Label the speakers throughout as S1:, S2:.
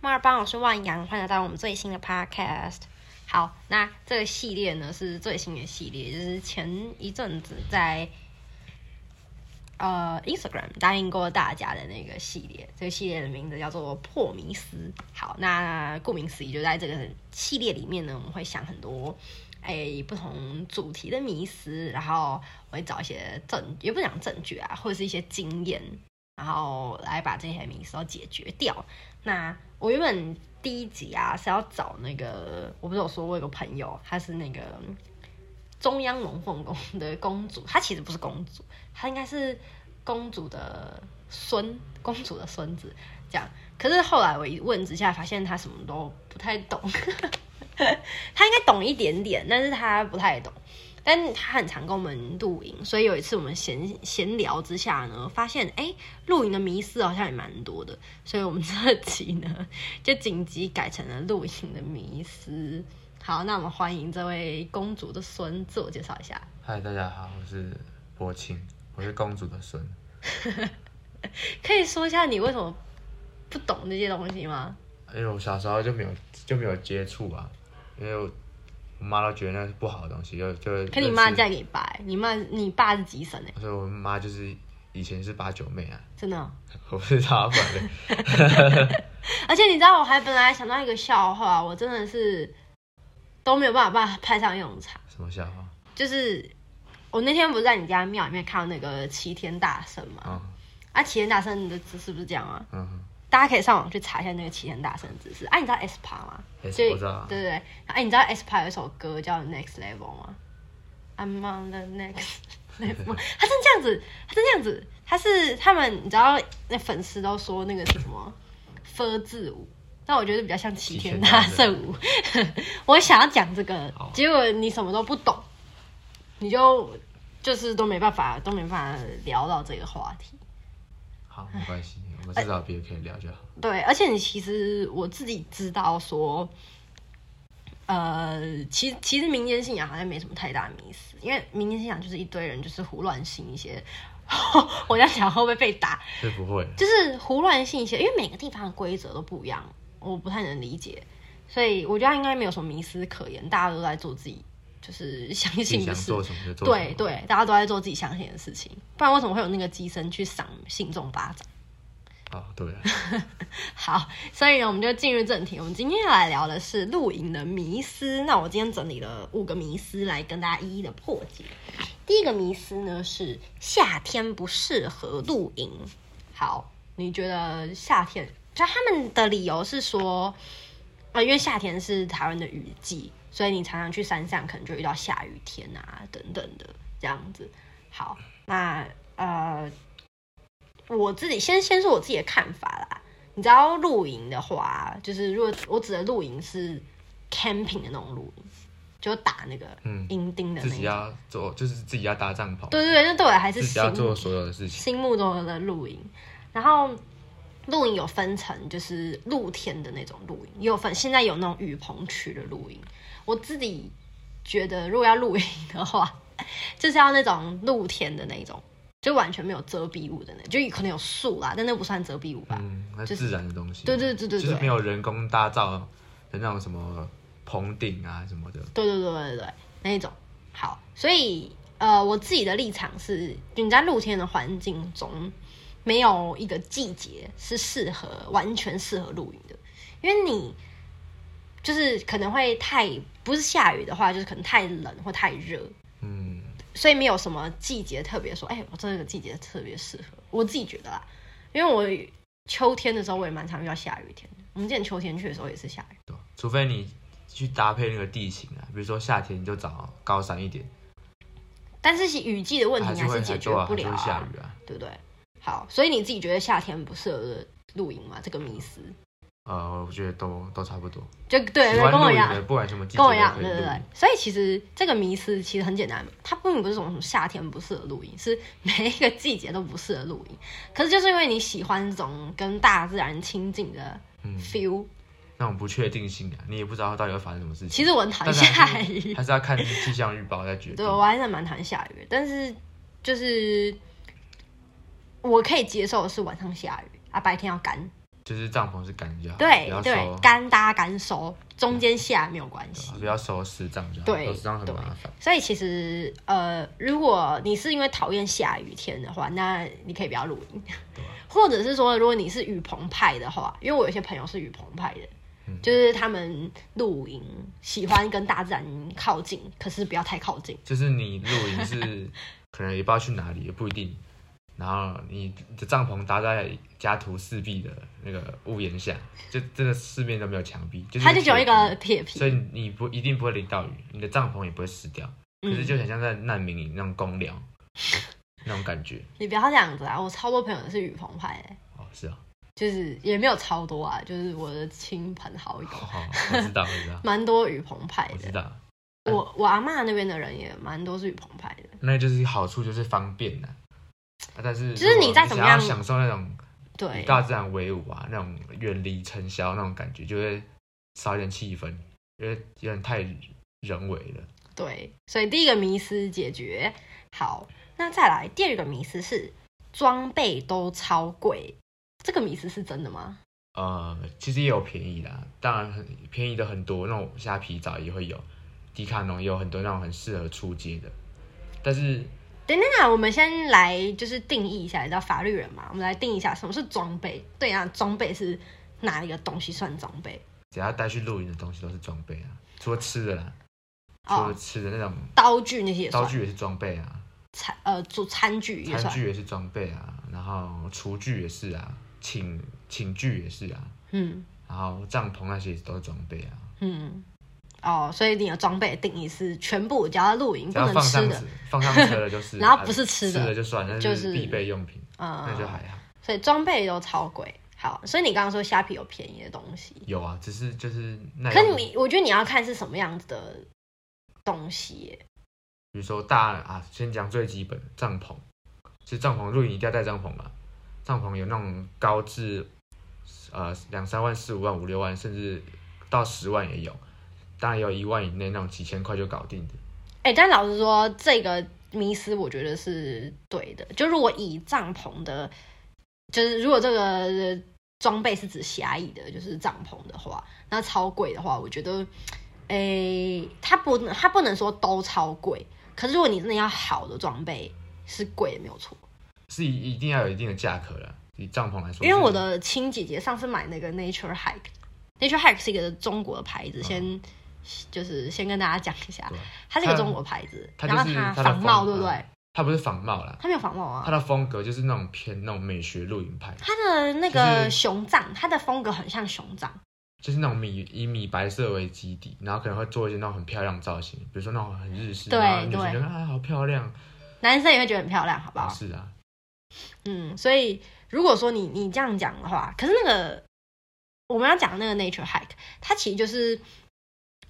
S1: 猫儿帮我是万阳，欢迎来到我们最新的 Podcast。好，那这个系列呢是最新的系列，就是前一阵子在呃 Instagram 答应过大家的那个系列，这个系列的名字叫做“破迷思”。好，那顾名思义，就在这个系列里面呢，我们会想很多哎不同主题的迷思，然后我会找一些证，也不讲证据啊，或者是一些经验，然后来把这些迷思都解决掉。那我原本第一集啊是要找那个，我不是有说我有个朋友，她是那个中央龙凤宫的公主，她其实不是公主，她应该是公主的孙，公主的孙子这样。可是后来我一问之下，发现她什么都不太懂，她应该懂一点点，但是她不太懂。但她很常跟我们露营，所以有一次我们闲闲聊之下呢，发现哎、露营的迷思好像也蛮多的，所以我们这集呢就紧急改成了露营的迷思。好，那我们欢迎这位公主的孙自我介绍一下。
S2: 嗨，大家好，我是柏青，我是公主的孙。
S1: 可以说一下你为什么不懂这些东西吗？
S2: 因哎为我小时候就没有就没有接触啊，因为我我妈都觉得那是不好的东西，就就。
S1: 可你妈嫁给你爸、欸，你妈你爸是吉神哎、
S2: 所以我妈就是以前是八九妹啊，
S1: 真的哦。
S2: 我是她 反的。
S1: 而且你知道，我还本来想到一个笑话，我真的是都没有办法把它派上用场。
S2: 什么笑话？
S1: 就是我那天不是在你家庙里面看到那个齐天大圣嘛？
S2: 嗯
S1: 啊，齐天大圣你的姿势不是这样吗？
S2: 嗯，
S1: 大家可以上网去查一下那个齐天大圣的姿势。啊，你知道 S p a 吗？
S2: S-
S1: 就
S2: 嗯我知道啊
S1: 对对对。哎、你知道 S p a 有一首歌叫 Next Level 吗？I'm on the next level。他是这样子，他是这样子，他是他们，你知道那粉丝都说那个是什 么 f 字舞，但我觉得比较像齐天大圣舞。 我想要讲这个
S2: 好，
S1: 结果你什么都不懂，你就就是都没办法，都没办法聊到这个话题。
S2: 好，没关系，
S1: 哎
S2: 我们至少别人可以聊就好。
S1: 对，而且你其实我自己知道说，呃，其其实民间信仰好像没什么太大迷思，因为民间信仰就是一堆人就是胡乱信一些， 我在想会不会被打，
S2: 是不会，
S1: 就是胡乱信一些，因为每个地方的规则都不一样，我不太能理解，所以我觉得应该没有什么迷思可言，大家都在做自己就是相
S2: 自己
S1: 信的
S2: 想
S1: 事
S2: 做什么就做什么。
S1: 对对，大家都在做自己相信的事情，不然为什么会有那个机身去赏信众巴掌？
S2: 哦，对啊，
S1: 好，所以呢，我们就进入正题。我们今天要来聊的是露营的迷思。那我今天整理了五个迷思来跟大家一一的破解。第一个迷思呢是夏天不适合露营。好，你觉得夏天？就他们的理由是说，呃，因为夏天是台湾的雨季，所以你常常去山上可能就遇到下雨天啊等等的这样子。好，那呃，我自己先先说我自己的看法啦。你知道露营的话，就是如果我指的露营是 camping 的那种露营，就打那个
S2: 嗯，
S1: 营钉的
S2: 自
S1: 那
S2: 己
S1: 一种。
S2: 要做，就是自己要搭帐篷，
S1: 对对对，那对我还是
S2: 自己
S1: 新
S2: 要做所有的事情。
S1: 心目中的露营。然后露营有分成，就是露天的那种露营，也有分现在有那种雨棚区的露营。我自己觉得，如果要露营的话， 就是要那种露天的那种，就完全没有遮蔽物的那，就可能有树啦，但那不算遮蔽物吧。
S2: 嗯，那
S1: 就是
S2: 自然的东西。
S1: 对对对对对
S2: 就是没有人工打造的那种什么棚顶啊什么的。
S1: 对对对对对，那一种。好，所以呃，我自己的立场是，你在露天的环境中，没有一个季节是适合完全适合露营的，因为你就是可能会太不是下雨的话，就是可能太冷或太热，
S2: 嗯，
S1: 所以没有什么季节特别说，哎、我这个季节特别适合，我自己觉得啦，因为我秋天的时候我也蛮常遇到下雨天的，我们之前秋天去的时候也是下雨。
S2: 对，啊除非你去搭配那个地形啊，比如说夏天你就找高山一点，
S1: 但是雨季的问题
S2: 还
S1: 你
S2: 是
S1: 还
S2: 会
S1: 是解决
S2: 对啊
S1: 不了、
S2: 还
S1: 啊，
S2: 是会下雨啊。
S1: 对不对？好，所以你自己觉得夏天不适合露营吗？这个迷思，
S2: 呃，我觉得都都差不多。
S1: 就对，
S2: 喜
S1: 对
S2: 欢
S1: 跟
S2: 露
S1: 我一
S2: 营
S1: 样，
S2: 的，不管什么季节
S1: 跟
S2: 都
S1: 我
S2: 可
S1: 一
S2: 以
S1: 样，
S2: 露
S1: 对对对
S2: 营。。
S1: 所以其实这个迷思其实很简单，它并不是什么什么夏天不适合露营，是每一个季节都不适合露营。可是就是因为你喜欢这种跟大自然亲近的
S2: 嗯，
S1: feel，、
S2: 那种不确定性啊，你也不知道到底会发生什么事情。
S1: 其实我很讨厌
S2: 但是
S1: 下
S2: 还
S1: 雨。
S2: 是还是要看气象预报再决定。
S1: 对我哦还是蛮讨厌下雨的，但是就是我可以接受的是晚上下雨啊，白天要干，
S2: 就是帐篷是干就好，
S1: 对
S2: 不要
S1: 对
S2: 收，，啊
S1: 干搭干收，中间下没有关系。
S2: 不要收湿帐就好，
S1: 对
S2: 收湿帐很
S1: 对
S2: 麻烦。
S1: 所以其实呃，如果你是因为讨厌下雨天的话，那你可以不要露营，
S2: 啊
S1: 或者是说，如果你是雨棚派的话，因为我有些朋友是雨棚派的，
S2: 嗯
S1: 就是他们露营喜欢跟大自然靠近，可是不要太靠近。
S2: 就是你露营是可能也不知道去哪里，也不一定。然后你的帐篷搭在家徒四壁的那个屋檐下，就真的四面都没有墙壁，就是
S1: 他就只有一
S2: 铁
S1: 个
S2: 皮，
S1: 铁皮，
S2: 所以你不一定不会淋到雨，你的帐篷也不会湿掉。可是
S1: 嗯，
S2: 就很像在难民营那种公寮那种感觉。
S1: 你不要这样子啊！我超多朋友是雨棚派的，
S2: 哦，是啊，
S1: 就是也没有超多啊，就是我的亲朋好友，
S2: 好、哦，我知道，我 知道，
S1: 蛮多雨棚派
S2: 我知
S1: 的。
S2: 道。
S1: 我我阿嬷那边的人也蛮多是雨棚派的，
S2: 那就是好处就是方便呐、啊，但是
S1: 就是你
S2: 如果
S1: 再怎么样
S2: 想要享受那种与
S1: 对，
S2: 大自然为伍啊，那种远离尘嚣那种感觉，就会少一点气氛，因为有点太人为了。
S1: 对，所以第一个迷思解决好，那再来第二个迷思是装备都超贵，这个迷思是真的吗？
S2: 呃，其实也有便宜的啊，当然很便宜的很多，那种虾皮找也会有，迪卡侬也有很多那种很适合出街的，但是
S1: 等等啊，我们先来就是定义一下，你知道法律人嘛，我们来定义一下什么是装备。对啊，装备是哪一个东西算装备？
S2: 只要带去露营的东西都是装备啊，除了吃的啦，除
S1: 哦
S2: 了，吃的那种
S1: 刀具那些也算，
S2: 道具也是装备啊，
S1: 餐呃做餐具也
S2: 餐
S1: 算，
S2: 具也是装备啊，然后厨具也是啊，寝寝具也是啊，
S1: 嗯
S2: 然后帐篷那些也都是装备啊，
S1: 嗯。哦，所以你的装备的定义是全部只要露营
S2: 只
S1: 不
S2: 要
S1: 能
S2: 放
S1: 吃
S2: 上
S1: 的，
S2: 放上车 了就是啊，
S1: 然后不是吃的
S2: 吃了就算，那
S1: 就是是
S2: 必备用品，
S1: 嗯，
S2: 那就还好。
S1: 所以装备都超贵。好，所以你刚刚说虾皮有便宜的东西，
S2: 有啊，只是就是那
S1: 可
S2: 种
S1: 是你我觉得你要看是什么样子的东西耶。
S2: 比如说大啊，先讲最基本帐篷，就帐篷露营一定要带帐篷嘛。帐篷有那种高至呃两三万、四五万、五六万，甚至到十万也有，当然也有一万以内那种几千块就搞定的。
S1: 哎、但老实说，这个迷思我觉得是对的。就如果以帐篷的，就是如果这个装备是指狭义的，就是帐篷的话，那超贵的话，我觉得，哎、它不能它不能说都超贵。可是如果你真的要好的装备，是贵的没有错。
S2: 是一一定要有一定的价格了。以帐篷来说，
S1: 因为我
S2: 是
S1: 的亲姐姐上次买那个 Nature Hike，Nature Hike 是一个中国的牌子，先就是先跟大家讲一下
S2: 啊对，
S1: 它是一个中国牌子，
S2: 它
S1: 然后
S2: 就是它的
S1: 仿冒，
S2: 风格
S1: 对不对？
S2: 它不是仿冒啦，
S1: 它没有仿冒啊
S2: 它，的风格就是那种偏那种美学露营派，
S1: 它的那
S2: 就
S1: 个
S2: 是
S1: 熊掌，它的风格很像熊掌，
S2: 就是那种米以米白色为基底，然后可能会做一些那种很漂亮的造型，比如说那种很日式，
S1: 对
S2: 然后女生
S1: 对
S2: 觉得啊好漂亮，
S1: 男生也会觉得很漂亮，好不
S2: 啊
S1: 好？
S2: 是啊，
S1: 嗯，所以如果说你你这样讲的话，可是那个我们要讲的那个 Nature Hike，它其实就是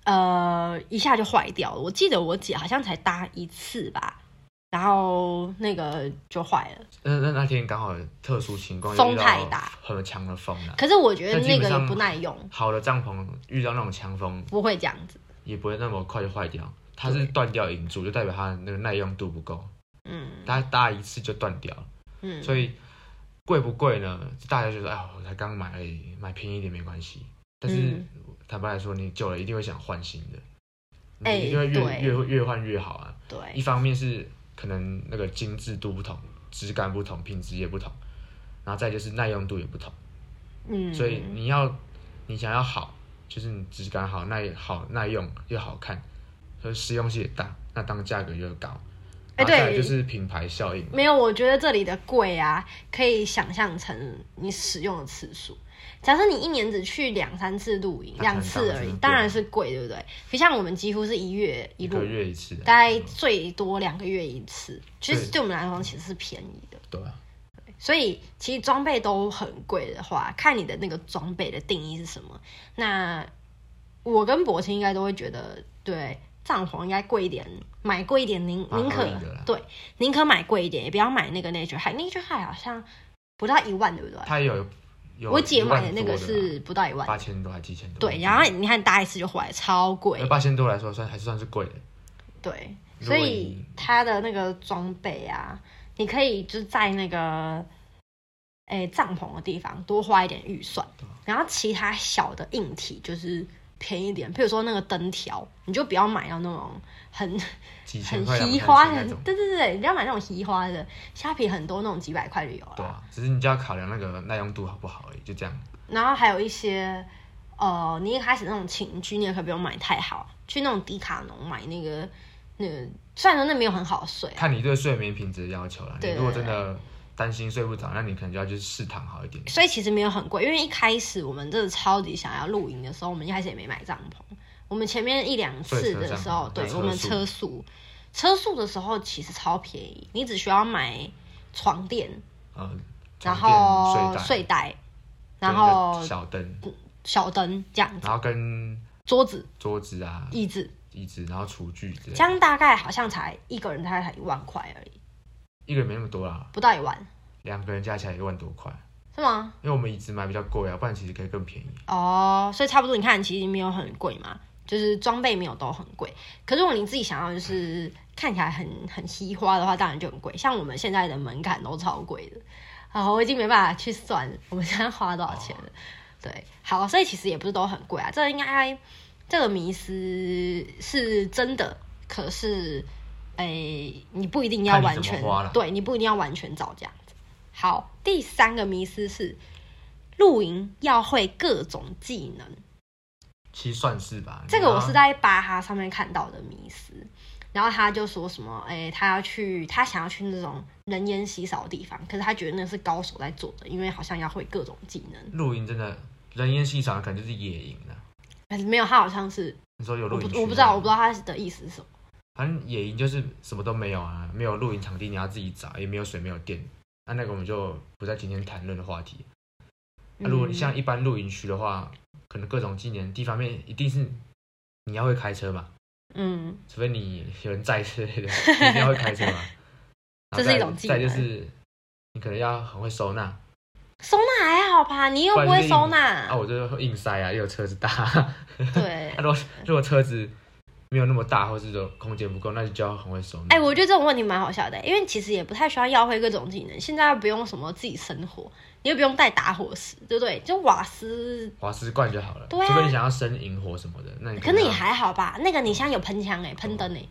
S1: 呃一下就坏掉了。我记得我姐好像才搭一次吧，然后那个就坏了。
S2: 那那那天刚好有特殊情况，
S1: 风
S2: 就遇到
S1: 太大
S2: 很强的风啊。
S1: 可是我觉得
S2: 但基
S1: 那
S2: 本
S1: 个
S2: 上
S1: 也不耐用，
S2: 好的帐篷遇到那种强风
S1: 不会这样子。
S2: 也不会那么快就坏掉，它是断掉银柱，就代表它那个耐用度不够，
S1: 嗯
S2: 它搭一次就断掉了。
S1: 嗯，
S2: 所以贵不贵呢？大家就说，哎，我才刚买而已，买便宜一点没关系。但是、
S1: 嗯
S2: 坦白来说，你久了一定会想换新的，
S1: 哎
S2: 你一定会越、
S1: 对哎
S2: 越越换越好啊。一
S1: 对，
S2: 方面是可能那个精致度不同，质感不同，品质也不同，然后再就是耐用度也不同。
S1: 嗯，
S2: 所以你要你想要好，就是你质感好、耐好耐用又好看，所以实用性也大，那当然价格就高。
S1: 哎
S2: 然后再来
S1: 对嗯
S2: 就是品牌效应嘛。
S1: 没有，我觉得这里的贵啊，可以想象成你使用的次数。假设你一年只去两三次露营，
S2: 那可能
S1: 两次而已，当
S2: 当
S1: 然
S2: 然
S1: 是
S2: 是
S1: 贵，对不对？可像我们几乎是一月一
S2: 一
S1: 路
S2: 个，月一次啊，
S1: 大概
S2: 嗯
S1: 最多两个月一次，其实
S2: 对
S1: 对我们来说其实是便宜的。
S2: 对啊。
S1: 所以其实装备都很贵的话，看你的那个装备的定义是什么。那我跟博清应该都会觉得，对帐篷应该贵一点，买贵一点，宁
S2: 蛮
S1: 宁
S2: 合
S1: 可
S2: 理的啦
S1: 对宁可买贵一点，也不要买那个 Nature High。Nature High 好像不到一万，对不对？
S2: 它有有
S1: 我姐买的那个是不到一
S2: 八
S1: 万，
S2: 千多还几千多，
S1: 对。然后你看搭一次就回来，超贵，
S2: 八千多来说算还是算是贵的，
S1: 对，
S2: 如
S1: 所
S2: 果
S1: 以
S2: 你
S1: 它的那个装备啊，你可以就是在那个诶帐篷的地方多花一点预算，然后其他小的硬体就是便宜一点，譬如说那个灯条，你就不要买到那种很
S2: 几千
S1: 很
S2: 块、两
S1: 奇
S2: 千块
S1: 花的
S2: 那，种。
S1: 对对对，你不要买那种奇花的，虾皮很多那种几百块就有
S2: 对
S1: 了。
S2: 啊，只是你就要考量那个耐用度好不好而已，就这样。
S1: 然后还有一些，呃，你一开始那种情趣，你也可不用买太好，去那种迪卡侬买那个那个，虽然说那没有很好睡啊，
S2: 看你对睡眠品质的要求了。你
S1: 对
S2: 如果真的担心睡不着，那你可能就要去试躺好一点。
S1: 所以其实没有很贵，因为一开始我们真的超级想要露营的时候，我们一开始也没买帐篷。我们前面一两次
S2: 对车
S1: 的
S2: 帐
S1: 时候
S2: 篷，
S1: 对
S2: 有车
S1: 我们
S2: 宿
S1: 车速，车速的时候其实超便宜，你只需要买床垫，
S2: 呃，
S1: 然
S2: 床
S1: 后
S2: 垫、睡
S1: 睡
S2: 袋，
S1: 袋，然
S2: 跟一个
S1: 后嗯
S2: 小灯，
S1: 小灯这样子，
S2: 然后跟
S1: 桌子、
S2: 桌子啊、
S1: 椅子，
S2: 椅子，然后厨具之
S1: 这
S2: 类的。
S1: 样大概好像才一个人大概才一万块而已，
S2: 一个人没那么多啦，
S1: 不到一万，
S2: 两个人加起来一万多块。
S1: 是吗？
S2: 因为我们椅子买比较贵啊，不然其实可以更便宜。
S1: 哦，所以差不多，你看其实没有很贵嘛，就是装备没有都很贵。可是如果你自己想要就是看起来很很稀花的话，当然就很贵。像我们现在的门槛都超贵的，啊，我已经没办法去算我们现在花多少钱了。
S2: 哦
S1: 对，好，所以其实也不是都很贵啊，这应该这个迷思是真的，可是，诶、你不一定要
S2: 看你
S1: 完
S2: 怎么
S1: 全
S2: 花啦
S1: 对，你不一定要完全照这样子。好，第三个迷思是露营要会各种技能，
S2: 其实算是吧。
S1: 这个我
S2: 你
S1: 是
S2: 要
S1: 在巴哈上面看到的迷思。然后他就说什么，诶、他要去，他想要去那种人烟稀少的地方，可是他觉得那是高手在做的，因为好像要会各种技能。
S2: 露营真的人烟稀少，可能就是野营了。
S1: 但是没有，他好像是
S2: 你说有
S1: 我
S2: 露营区
S1: 不我不知道，我不知
S2: 道。
S1: 道他的意思是什么。
S2: 反正野营就是什么都没有啊，没有露营场地，你要自己找，也没有水，没有电。啊那那个我们就不在今天谈论的话题。
S1: 嗯
S2: 那、如果你像一般露营区的话，可能各种技能，第一方面一定是你要会开车嘛，
S1: 嗯，
S2: 除非你有人载之类 的，你一定要会开车嘛。啊
S1: 这是一种技能
S2: 再来就是你可能要很会收纳，
S1: 收纳还好吧，你又不会收纳。
S2: 啊，我就是会硬塞啊，因为我车子大。啊，
S1: 对，
S2: 如果如果车子没有那么大，或是说空间不够，那就要很会收纳。
S1: 哎、我觉得这种问题蛮好笑的，因为其实也不太需要要会各种技能，现在不用什么自己生火，你又不用带打火石，对不对？就瓦斯，
S2: 瓦斯罐就好了，
S1: 对啊
S2: 除非你想要生萤火什么的，那你
S1: 可能也
S2: 要
S1: 还好吧。那个你现在有喷枪哎，喷灯哎，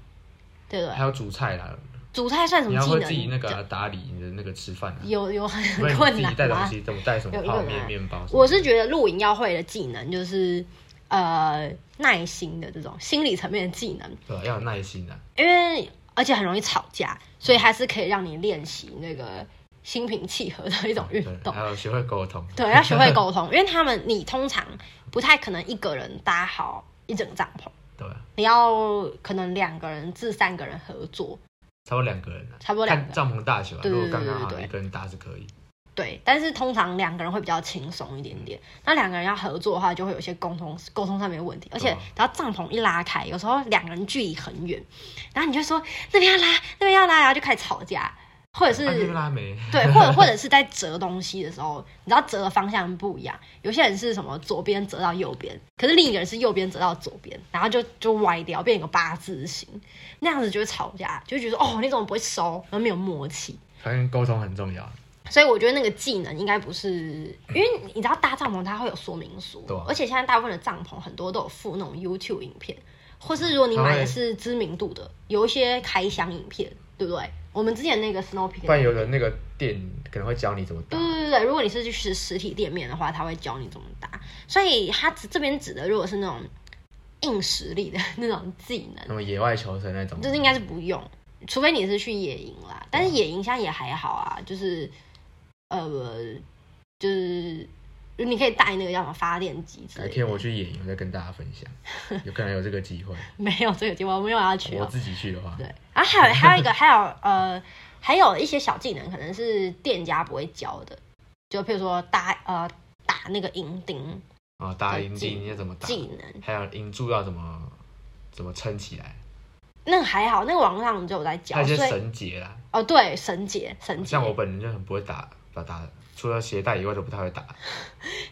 S1: 对不对
S2: 还？有煮菜啦，
S1: 煮菜算什
S2: 啊
S1: 么
S2: 你要
S1: 技
S2: 会
S1: 能？
S2: 自己那个打理你的那个吃饭啊。
S1: 有有
S2: 除
S1: 很
S2: 非
S1: 困
S2: 你自己带
S1: 难
S2: 东
S1: 吗？
S2: 西，怎么带什么
S1: 有一个
S2: 泡
S1: 人啊
S2: 面、面包什么的？
S1: 我是觉得露营要会的技能就是呃耐心的这种心理层面的技能。
S2: 对啊，要有耐心啊。
S1: 因为而且很容易吵架，所以还是可以让你练习那个心平气和的一种运
S2: 对，
S1: 动。
S2: 还有学会沟通。
S1: 对，要学会沟通，因为他们你通常不太可能一个人搭好一整个帐篷，
S2: 对啊，
S1: 你要可能两个人至三个人合作，
S2: 差不多两个人啊，
S1: 差不多两个
S2: 看
S1: 人。
S2: 帐篷大小啊，
S1: 对
S2: 如
S1: 对
S2: 果刚刚
S1: 对
S2: 好
S1: 对对
S2: 一个人搭是可以。
S1: 对，但是通常两个人会比较轻松一点点。
S2: 嗯
S1: 那两个人要合作的话，就会有一些沟通沟通上面的问题，而且
S2: 对啊
S1: 然后帐篷一拉开，有时候两个人距离很远，然后你就说那边要拉，那边要拉，然后就开始吵架，或者是
S2: 啊那个拉梅，
S1: 对，或者或者是在折东西的时候，你知道折的方向不一样，有些人是什么左边折到右边，可是另一个人是右边折到左边，然后就就歪掉，变一个八字形，那样子就会吵架，就会觉得哦你怎么不会收，然后没有默契。
S2: 反正沟通很重要。
S1: 所以我觉得那个技能应该不是，因为你知道搭帐篷它会有说明书，
S2: 对啊
S1: 而且现在大部分的帐篷很多都有附那种 YouTube 影片，或是如果你买的是知名度的，有一些开箱影片，对不对？我们之前那个 Snow Peak
S2: 不然有的那个店可能会教你怎么搭
S1: 对。对对，如果你是去实实体店面的话，他会教你怎么打。所以他指这边指的，如果是那种硬实力的 那种技能，
S2: 什么野外求生那种，
S1: 就是应该是不用，除非你是去野营啦。但是野营现在也还好啊，就是呃，就是你可以带那个叫什么发电机之
S2: 改
S1: 类
S2: 天
S1: 的。
S2: 我去野营，我再跟大家分享，有可能有这个机会。
S1: 没有这个计划，我没有要 去、
S2: 我
S1: 哦。
S2: 自己去的话，
S1: 对，然后还有还有一个，还有呃，还有一些小技能可能是店家不会教的，就譬如说搭呃打那个银钉。
S2: 啊，搭
S1: 对
S2: 营
S1: 技
S2: 地你要怎么搭？
S1: 技能，
S2: 还有银柱要怎么怎么撑起来？
S1: 那个还好，那个网上就有在
S2: 还
S1: 教，
S2: 有一些
S1: 所以
S2: 绳结啦，
S1: 哦对，绳结绳结
S2: 像，我本人就很不会打，把打除了鞋带以外都不太会打。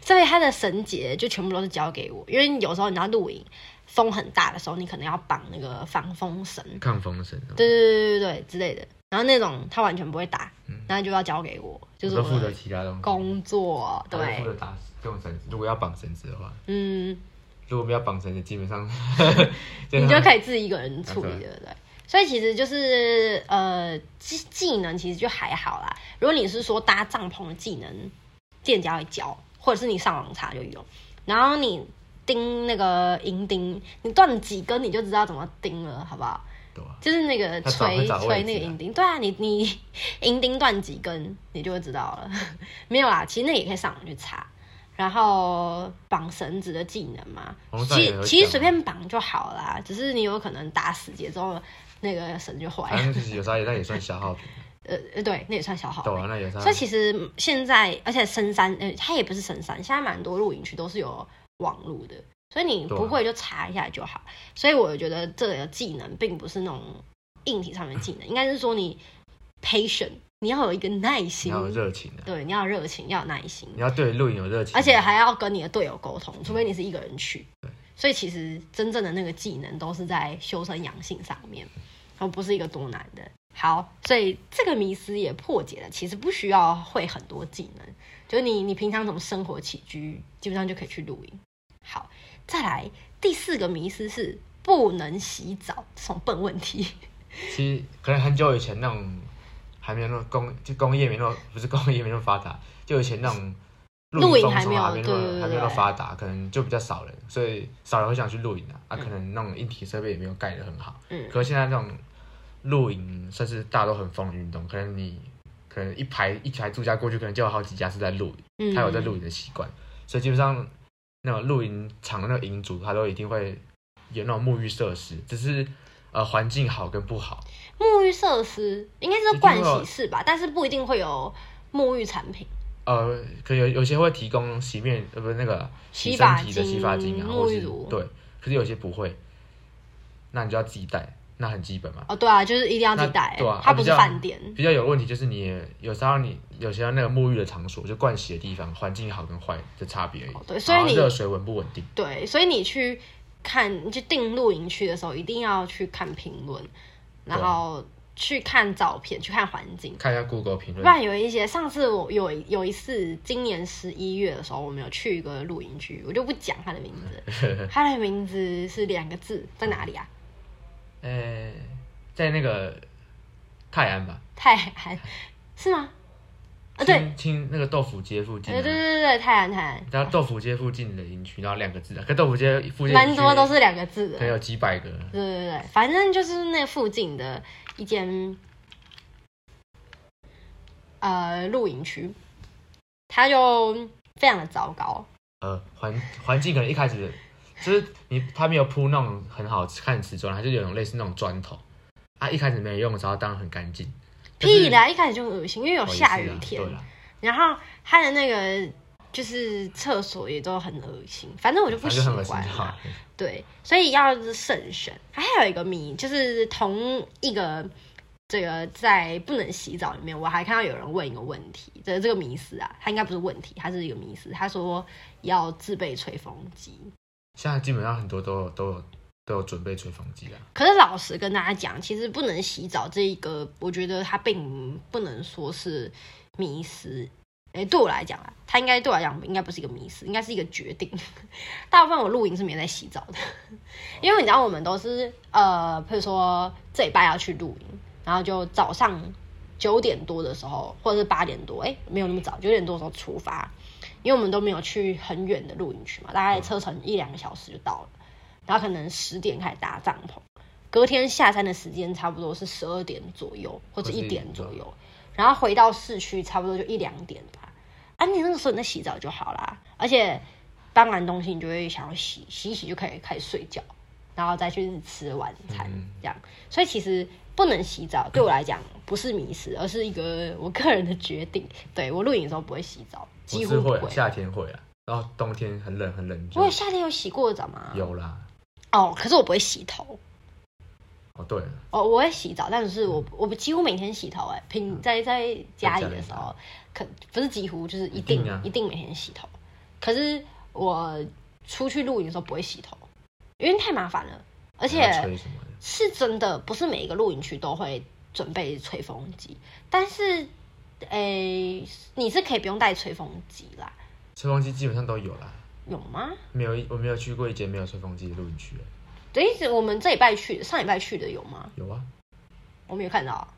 S1: 所以他的绳结就全部都是交给我，因为有时候你要露营，风很大的时候，你可能要绑那个防风绳，
S2: 抗风绳哦，
S1: 对对对对对之类的。然后那种他完全不会打，那就要交给我，就是
S2: 嗯我
S1: 我
S2: 都负责
S1: 的
S2: 其他东西，
S1: 工作，
S2: 我都负
S1: 对，
S2: 责打用绳子。如果要绑绳子的话，
S1: 嗯，
S2: 如果没有绑绳子，基本上
S1: 你就
S2: 以
S1: 可以自己一个人处理
S2: 啊
S1: 对不对？所以其实就是呃技技能其实就还好啦。如果你是说搭帐篷的技能，店家会教，或者是你上网查就有。然后你钉那个银钉，你断几根你就知道怎么钉了，好不好？
S2: 对啊，
S1: 就是那个
S2: 他找
S1: 锤
S2: 会找
S1: 锤
S2: 位
S1: 那
S2: 置
S1: 个
S2: 啊
S1: 银钉，对啊，你 你银钉断几根你就会知道了。 没有啦，其实那个也可以上网去查。然后绑绳子的技能嘛，
S2: 网上
S1: 其
S2: 也
S1: 实
S2: 有
S1: 其实
S2: 讲啊
S1: 随便绑就好啦，只是你有可能打死结之后那个绳就坏
S2: 反
S1: 了。
S2: 正就是有时候也那也算消耗品，
S1: 呃，呃对，那也算小好。
S2: 对啊，那有时候
S1: 所以其实现在，而且深山，呃，它也不是深山，现在蛮多露营区都是有网路的，所以你
S2: 对啊
S1: 不会就查一下就好。所以我觉得这个技能并不是那种硬体上面的技能，应该是说你 patient，你要有一个耐
S2: 你
S1: 心
S2: 要，有热情啊，
S1: 对，你要有热情，要有耐心，
S2: 你要对露营有热情，
S1: 而且还要跟你的队友沟通，除非你是一个人去。所以其实真正的那个技能都是在修身养性上面，而不是一个多难的。好，所以这个迷思也破解了。其实不需要会很多技能，就你你平常怎么生活起居，基本上就可以去露营。好，再来第四个迷思是不能洗澡，这种笨问 题。
S2: 其实可能很久以前那种还没有那么工，就工业没那么不是工业没那么发达，就以前那种
S1: 露营
S2: 风
S1: 还
S2: 什
S1: 没
S2: 么
S1: 有
S2: 啊还没那
S1: 对对对
S2: 么还没有那么
S1: 对
S2: 发达，可能就比较少人，所以少人会想去露营啊。啊，可能那种硬体设备也没有盖得很好。
S1: 嗯
S2: 可是现在这种露营算是大家都很疯的运动，可能你可能一排一排住家过去，可能就有好几家是在露营，
S1: 嗯，
S2: 他有在露营的习惯，所以基本上那种露营场的那个营主，他都一定会有那种沐浴设施，只是呃环境好跟不好。
S1: 沐浴设施，应该是
S2: 一定
S1: 盥
S2: 会有
S1: 洗室吧，但是不一定会有沐浴产品。
S2: 呃，可有有些会提供洗面呃不是那个
S1: 洗
S2: 洗身
S1: 发
S2: 体的
S1: 精
S2: 洗发精啊，
S1: 沐
S2: 或
S1: 浴
S2: 是
S1: 乳
S2: 对，可是有些不会，那你就要自己带，那很基本嘛。
S1: 哦，对啊，就是一定要自己
S2: 那
S1: 带、
S2: 对啊
S1: 它
S2: 啊
S1: 不
S2: 比
S1: 是
S2: 较
S1: 饭店。
S2: 比较有问题就是你有时候你有些那个沐浴的场所，就盥洗的地方，环境好跟坏的差别而已。
S1: 哦对所以
S2: 然后
S1: 你
S2: 热水稳不稳定？
S1: 对，所以你去看，你去定露营区的时候，一定要去看评论，然
S2: 对啊
S1: 后去看照片，去看环境。
S2: 看一下 Google 评
S1: 不
S2: 论，
S1: 然有一些，上次我有有一次，今年十一月的时候，我们有去一个露营区，我就不讲它的名 字，它的名字是两个字，在哪里啊？
S2: 呃、在那个泰安吧，
S1: 泰安是吗？啊，对，
S2: 清，清那个豆腐街附近、
S1: 对对
S2: 啊。
S1: 对对，泰安泰安，
S2: 然后豆腐街附近的营区，然后两个字啊，可豆腐街附近的
S1: 蛮
S2: 营区
S1: 多都是两个字的
S2: 可能，有几百个，
S1: 对对对，反正就是那附近的一间呃露营区，它就非常的糟糕。
S2: 呃，环环境可能一开始就是你他没有铺那种很好看的瓷砖，它就有种类似那种砖头，啊，一开始没有用的时候当然很干净，可是
S1: 屁啦，一开始就很恶心，因为有
S2: 哦也
S1: 下
S2: 是
S1: 雨
S2: 啦
S1: 天，
S2: 对啦，
S1: 然后它的那个就是厕所也都很恶心，反正我就不
S2: 反
S1: 喜
S2: 正就很恶啊心
S1: 欢啊
S2: 就好
S1: 啦
S2: 了。
S1: 对，所以要慎选。还有一个谜，就是哎同一个这个在不能洗澡里面，我还看到有人问一个问题，这这个迷思啊，它应该不是问题，它是一个迷思。他说要自备吹风机，
S2: 现在基本上很多都有都有都有准备吹风机啦，
S1: 可是老实跟大家讲，其实不能洗澡这一个，我觉得它并不能说是迷失。诶、对我来讲啊，它应该对我来讲应该不是一个迷失，应该是一个决定。大部分我露营是没在洗澡的， 因为你知道我们都是呃，譬如说这礼拜要去露营，然后就早上九点多的时候，或者是八点多，诶、没有那么早，九点多的时候出发，因为我们都没有去很远的露营区嘛，大概车程一两个小时就到了，然后可能十点开始搭帐篷。隔天下山的时间差不多是十二点左右，或者
S2: 或是
S1: 一
S2: 一
S1: 点
S2: 点
S1: 左
S2: 左右
S1: 右，然后回到市区差不多就一两点吧。啊，你那个时候你在洗澡就好啦，而且搬完东西你就会想要洗，洗一洗就可以开始睡觉，然后再去吃晚餐
S2: 嗯
S1: 这样。所以其实不能洗澡对我来讲不是迷失，而是一个我个人的决定。对我露营的时候不会洗澡，
S2: 我
S1: 几乎
S2: 是
S1: 不
S2: 会啊
S1: 会。
S2: 夏天会啊，然后冬天很冷很冷就
S1: 我有啊夏天有洗过澡吗？
S2: 有啦。
S1: 哦，可是我不会洗头。
S2: 哦对了，
S1: 哦，我会洗澡，但是我
S2: 嗯
S1: 我几乎每天洗头哎、平在在家里的时候，可不是几乎就是一定
S2: 一定啊
S1: 一定每天洗头。可是我出去露营的时候不会洗头，因为太麻烦了，而
S2: 而
S1: 且
S2: 吹什么的，
S1: 是真的不是每一个露营区都会准备吹风机，但是诶、你是可以不用带吹风机啦，
S2: 吹风机基本上都有啦，
S1: 有吗？
S2: 没有一我没有去过一间没有吹风机的露营区，
S1: 等于我们这礼拜去的，上礼拜去的有吗？
S2: 有啊，
S1: 我没有看到啊。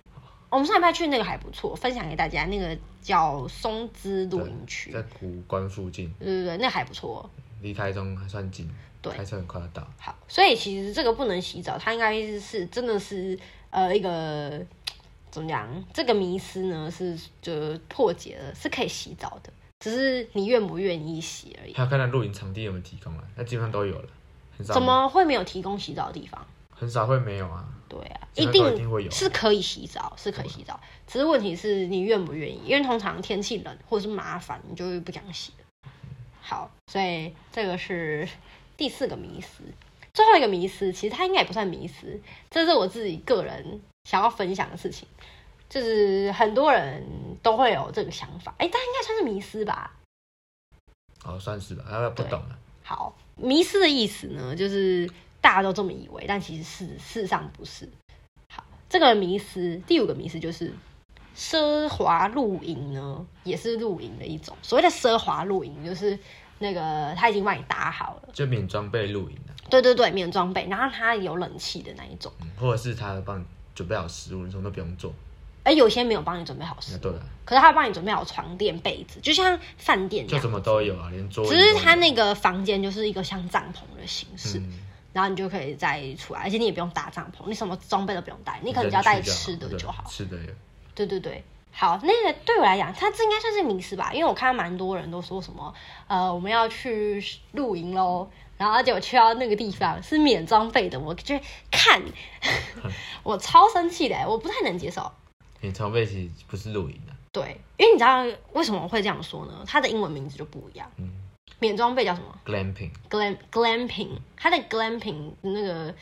S1: 我们上礼拜去那个还不错，分享给大家，那个叫松枝露营区，
S2: 在古关附近，
S1: 对对对，那还不错。
S2: 离台中还算近，
S1: 对
S2: 开车很快就到。
S1: 好，所以其实这个不能洗澡，它应该是真的是呃一个怎么讲？这个迷思呢是就破解了，是可以洗澡的，只是你愿不愿意洗而已。
S2: 还有看那露营场地有没有提供啊，那基本上都有了，很少
S1: 怎么会没有提供洗澡的地方？
S2: 很少会没有啊。
S1: 对啊，
S2: 现在都一定会有
S1: 是可以洗澡，是可以洗澡，只是问题是你愿不愿意，因为通常天气冷或是麻烦，你就会不想洗了好，所以这个是第四个迷思，最后一个迷思，其实它应该也不算迷思，这是我自己个人想要分享的事情，就是很多人都会有这个想法，哎，但应该算是迷思吧？
S2: 哦，算是吧，啊不懂啊，
S1: 好，迷失的意思呢，就是大家都这么以为，但其实事事实上不是。好，这个迷失，第五个迷失就是奢华露营呢，也是露营的一种。所谓的奢华露营，就是那个他已经帮你搭好了，
S2: 就免装备露营啊，
S1: 对对对，免装备，然后它有冷气的那一种。
S2: 嗯或者是他帮你准备好食物，你什么都不用做。
S1: 而哎有些没有帮你准备好食
S2: 啊
S1: 物，
S2: 对啊，
S1: 可是他帮你准备好床垫、被子，就像饭店一
S2: 就
S1: 样
S2: 什。么都有啊，连桌椅
S1: 只
S2: 都有。
S1: 是他那个房间就是一个像帐篷的形式，
S2: 嗯，
S1: 然后你就可以再出来，而且你也不用搭帐篷，你什么装备都不用带，你
S2: 你
S1: 可能只要带吃的就
S2: 就
S1: 好。
S2: 吃的有，
S1: 对对对，好，那个对我来讲，它这应该算是迷失吧，因为我看到蛮多人都说什么，呃，我们要去露营喽，然后结果去到那个地方是免装备的，我就看， 我超生气的，我不太能接受。
S2: 你常备其实不是露营啊，
S1: 对，因为你知道为什么我会这样说呢？它的英文名字就不一样，
S2: 嗯
S1: 免装备叫什么？
S2: ，glamping
S1: glam glamping，它的 glamping 那个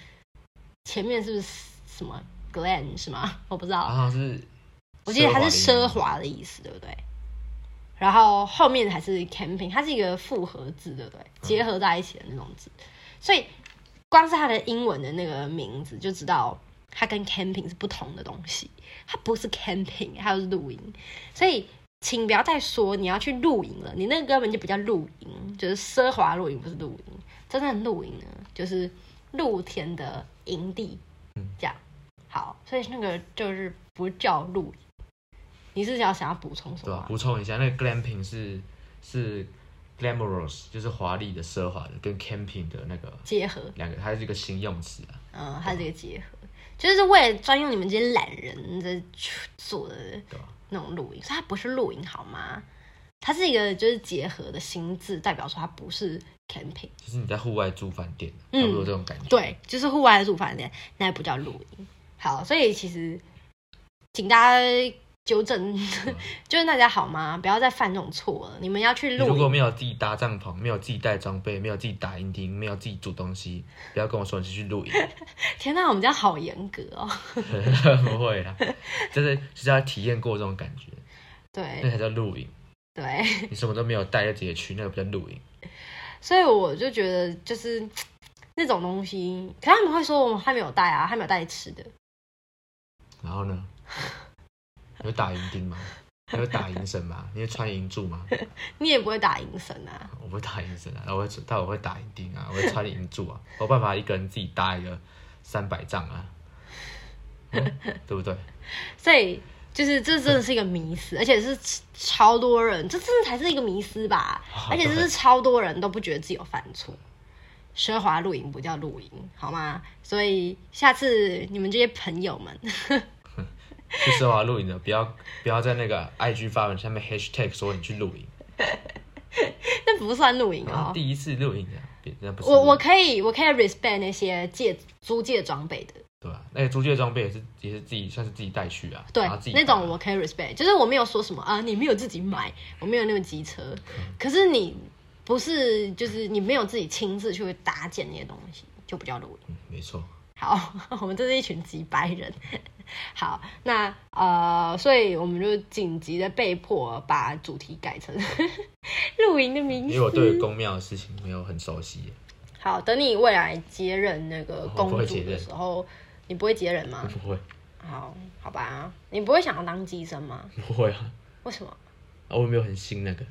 S1: 前面是不是什么 glam 是吗？我不知道，
S2: 好像啊是，
S1: 哦我记得它是奢，华的意思，对不对？然后后面还是 camping，它是一个复合字，对不对？结合在一起的那种字，所以光是它的英文的那个名字就知道它跟 camping 是不同的东西，它不是 camping，它是露营，所以。请不要再说你要去露营了，你那个根本就不叫露营，就是奢华露营，不是露营。真正的露营呢，就是露天的营地，这样。好，所以那个就是不叫露营。你是想想要补充什
S2: 对
S1: 么
S2: 吧？
S1: 吗？
S2: 补充一下，那个 glamping 是是 glamorous，就是华丽的、奢华的，跟 camping 的那个
S1: 结合，
S2: 两个，它是一个形容词啊，
S1: 嗯，它这个结合，就是为了专用你们这些懒人在去做的
S2: 对啊吧？
S1: 那种露营，所以它不是露营好吗？它是一个就是结合的心智，代表说它不是 camping。
S2: 其实你在户外住饭店，
S1: 嗯
S2: 差不多这种感觉。
S1: 对，就是户外的煮饭店，那也不叫露营。好，所以其实请大家纠正，
S2: 啊
S1: 就是大家好吗？不要再犯这种错了。你们要去
S2: 你
S1: 露
S2: 如果
S1: 营，
S2: 没有自己搭帐篷，没有自己带装备，没有自己打营钉，没有自己煮东西，不要跟我说你是去露营，
S1: 天哪，我们这样好严格哦。
S2: 不会啊，就是就是要体验过这种感觉，那
S1: 对
S2: 才叫露营。
S1: 对，
S2: 你什么都没有带就直接去，那个不叫露营。
S1: 所以我就觉得就是那种东西，可他们会说我们还没有带啊，还没有带吃的。
S2: 然后呢，你会打营钉吗？你会打营绳吗？你会穿营柱吗？
S1: 你也不会打营绳啊，
S2: 我不会打营绳啊，我会，但我会打营钉啊，我会穿营柱啊，我有办法一个人自己搭一个三百丈啊、嗯 对不对？
S1: 所以就是这真的是一个迷思，而且是超多人，这真的才是一个迷思吧？
S2: 好
S1: 而且这
S2: 啊对
S1: 是超多人都不觉得自己有犯错。奢华露营不叫露营，好吗？所以下次你们这些朋友们，
S2: 去奢华露营的，不要不要在那个 IG 发文下面 hashtag 说你去露营，
S1: 那不算露营
S2: 然
S1: 哦
S2: 后。啊第一次露营的，别那不是
S1: 我
S2: 露
S1: 我
S2: 营
S1: 可以我可以 respect 那些借租借装备的，
S2: 对吧、那个租借装备也是也是自己算是自己带去啊，
S1: 对
S2: 然后自己
S1: 那
S2: 搭
S1: 种我可以 respect，就是我没有说什么啊，你没有自己买，我没有那么机车，
S2: 嗯
S1: 可是你不是就是你没有自己亲自去搭建那些东西，就不叫露营。
S2: 嗯没错，
S1: 好， 我们这是一群几百人。好，那呃，所以我们就紧急的被迫把主题改成 露营的名
S2: 因为我
S1: 字。
S2: 对于公庙的事情没有很熟悉，啊
S1: 好，等你未来接任那个
S2: 哦我不
S1: 公
S2: 会
S1: 主
S2: 接
S1: 的
S2: 任
S1: 时候，你不会接任吗？
S2: 不会，
S1: 好，好吧，你不会想要当机身吗？
S2: 不会啊，
S1: 为什么？
S2: 啊我也没有很信那个，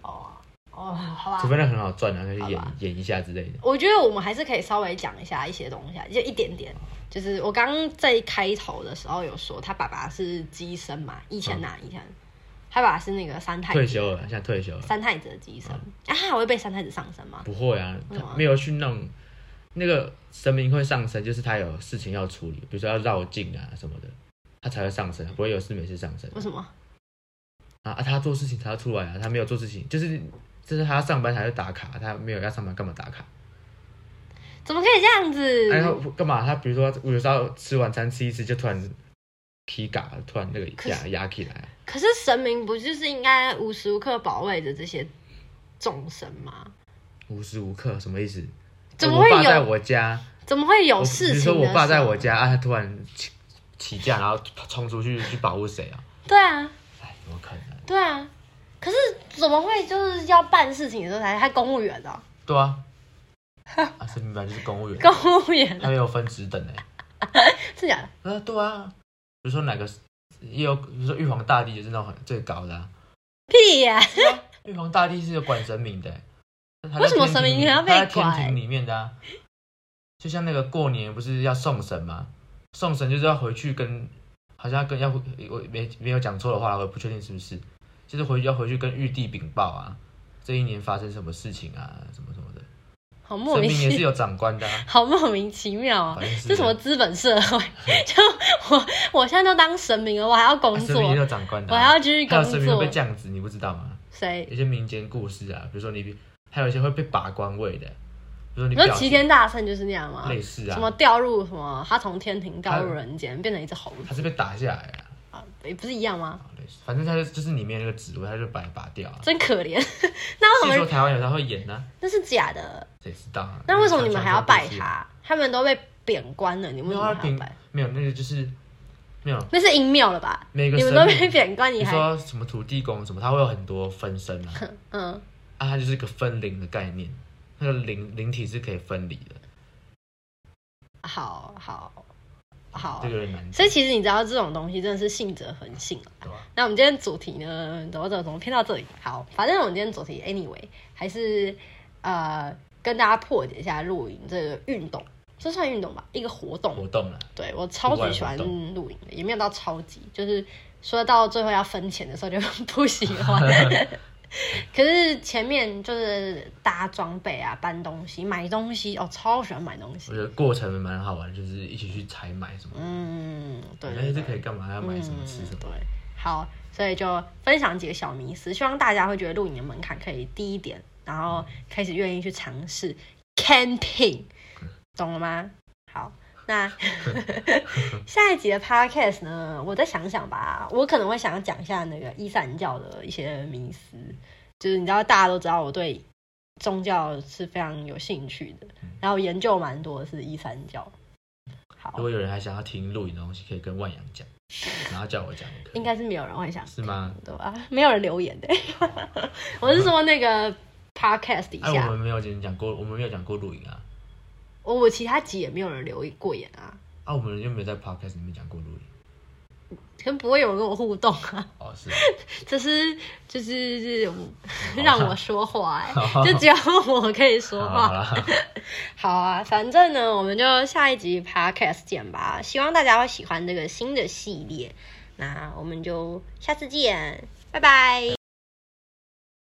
S1: 哦哦，好吧
S2: 除。非那很好赚啊，可以
S1: 好
S2: 演
S1: 吧
S2: 演一下之类的。
S1: 我觉得我们还是可以稍微讲一下一些东西，啊，就一点点。就是我刚刚在开头的时候有说，他爸爸是机身嘛，以前呐、以前他爸爸是那个三太
S2: 退
S1: 子，
S2: 休了，嗯现在退休了，
S1: 三太子的机身、啊，他还会被三太子上身吗？
S2: 不会啊，
S1: 为什么
S2: 他没有去弄那个神明会上身，就是他有事情要处理，比如说要绕境啊什么的，他才会上身，不会有事没事上身
S1: 为什么？
S2: 啊啊！他做事情才要出来啊，他没有做事情，就是就是他上班才会打卡，他没有要上班干嘛打卡？
S1: 怎么可以这样
S2: 哎、他
S1: 子？
S2: 干嘛？他比如说他有时候吃晚餐吃一吃就突然。皮嘎，突然那个
S1: 可
S2: 压压起来，
S1: 可是神明不就是应该无时无刻保卫着这些众生吗？
S2: 无时无刻什么意思？
S1: 怎么会
S2: 我爸在
S1: 有？
S2: 我家，
S1: 怎么会有
S2: 我
S1: 事
S2: 比
S1: 情？
S2: 如说我爸在我。家啊，他突然起起架，然后冲出去去保护谁啊？
S1: 对啊，
S2: 哎，怎么可能？
S1: 对啊。可是怎么会就是要办事情的时候才？他公务员哦，
S2: 对啊， 啊，神明本来就是公务员，
S1: 公务员，
S2: 他没有分职等哎、
S1: 真假的？
S2: 啊，对啊，比如说哪个也有，比如说玉皇大帝就是那种很最 高的、啊，啊
S1: 屁呀、
S2: 玉皇大帝是有管神明的、欸，他在
S1: 为什么
S2: 天庭
S1: 神明
S2: 里
S1: 还要被
S2: 他在天
S1: 管
S2: 庭里面的、啊，就像那个过年不是要送神吗？送神就是要回去跟，好像要跟要回我没没有讲错的话，我也不确定是不是，就是回要回去跟玉帝禀报啊，这一年发生什么事情啊，什么什么的。
S1: 好莫
S2: 神
S1: 名
S2: 明也
S1: 其
S2: 是有长官的、啊，
S1: 好莫名其妙啊！
S2: 反正是
S1: 这什么资本社会？ 就我我现在都当神明了，我还要工
S2: 啊神
S1: 作
S2: 明，也有长官的、
S1: 我
S2: 啊，
S1: 还要继续
S2: 还
S1: 工
S2: 有神明会
S1: 作
S2: 被。这样子，你不知道吗？
S1: 谁？
S2: 有些民间故事啊，比如说你，还有一些会被拔官位的，比如说你
S1: 你说
S2: 表
S1: 齐
S2: 现
S1: 天大圣就是那样吗？
S2: 类似啊，
S1: 什么掉入什么？他从天庭掉入
S2: 他
S1: 人间，变成一只猴子
S2: 他是被打下来啊，
S1: 啊？也不是一样吗？
S2: 类似反正他就就是里面那个职位，他就把你拔掉啊。
S1: 真可怜。 那为
S2: 据
S1: 什
S2: 说
S1: 么
S2: 台湾有他会演呢、啊，
S1: 那是假的？
S2: 谁知道啊？
S1: 那为什么你们还要拜
S2: 传说
S1: 他？他们都被贬官了，你
S2: 故
S1: 们
S2: 事？没
S1: 为什么
S2: 有啊他
S1: 还要
S2: 平
S1: 拜？
S2: 没有那个就是没有
S1: 那是阴庙了吧？
S2: 每个
S1: 你
S2: 神
S1: 们都被
S2: 明
S1: 贬官，你
S2: 你
S1: 还
S2: 说什么土地公什么，他会有很多分身啊，
S1: 嗯？
S2: 啊，它就是一个分灵的概念，那个灵灵体是可以分离的，
S1: 好好好
S2: 这，个有点难
S1: 哦所以其实你知道这种东西真的是信者恒信啊
S2: 对吧。
S1: 那我们今天主题呢，怎么怎么怎么偏到这里？好，反正我们今天主题 anyway 还是呃跟大家破解一下露营这个运动，这算运动吧，一个活动。
S2: 活动啊了。
S1: 对我超级喜欢露营的，也没有到超级，就是说到最后要分钱的时候就 不喜 欢。可是前面就是搭装备啊、搬东西、买东西，哦，超喜欢买东西
S2: 我。觉得过程蛮好玩，就是一起去采买什么，
S1: 嗯，对
S2: 哎、
S1: 对
S2: 这
S1: 对。
S2: 可以干嘛？要买什么吃什
S1: 嗯
S2: 么？
S1: 对，好，所以就分享几个小迷思，希望大家会觉得露营的门槛可以低一点，然后开始愿意去尝试 camping，懂了吗？好， 那下一集的 podcast 呢，我再想想吧，我可能会想要讲一下那个伊斯兰教的一些迷思，就是你知道大家都知道我对。宗教是非常有兴趣的，然后研究蛮多的是伊斯兰教。好嗯
S2: 如，果有人还想要听录影的东西，可以跟万阳讲，然后叫我讲也可以，
S1: 应该是没有人会想
S2: 是吗？
S1: 对吧？没有人留言的， 我是说那个 podcast 底
S2: 哎、
S1: 下，
S2: 我们没有讲过，我们没有讲过录影啊，
S1: 我我其他集也没有人留过言啊，
S2: 啊，我们又没有在 podcast 里面讲过录影。
S1: 可能不会有人跟我互动啊，
S2: 哦，是，
S1: 只是就是让我说话、哎
S2: 好
S1: 就只有我可以说
S2: 好
S1: 话。
S2: 好啦，
S1: 好啊，反正呢，我们就下一集 podcast 见吧。希望大家会喜欢这个新的系列，那我们就下次见，拜拜。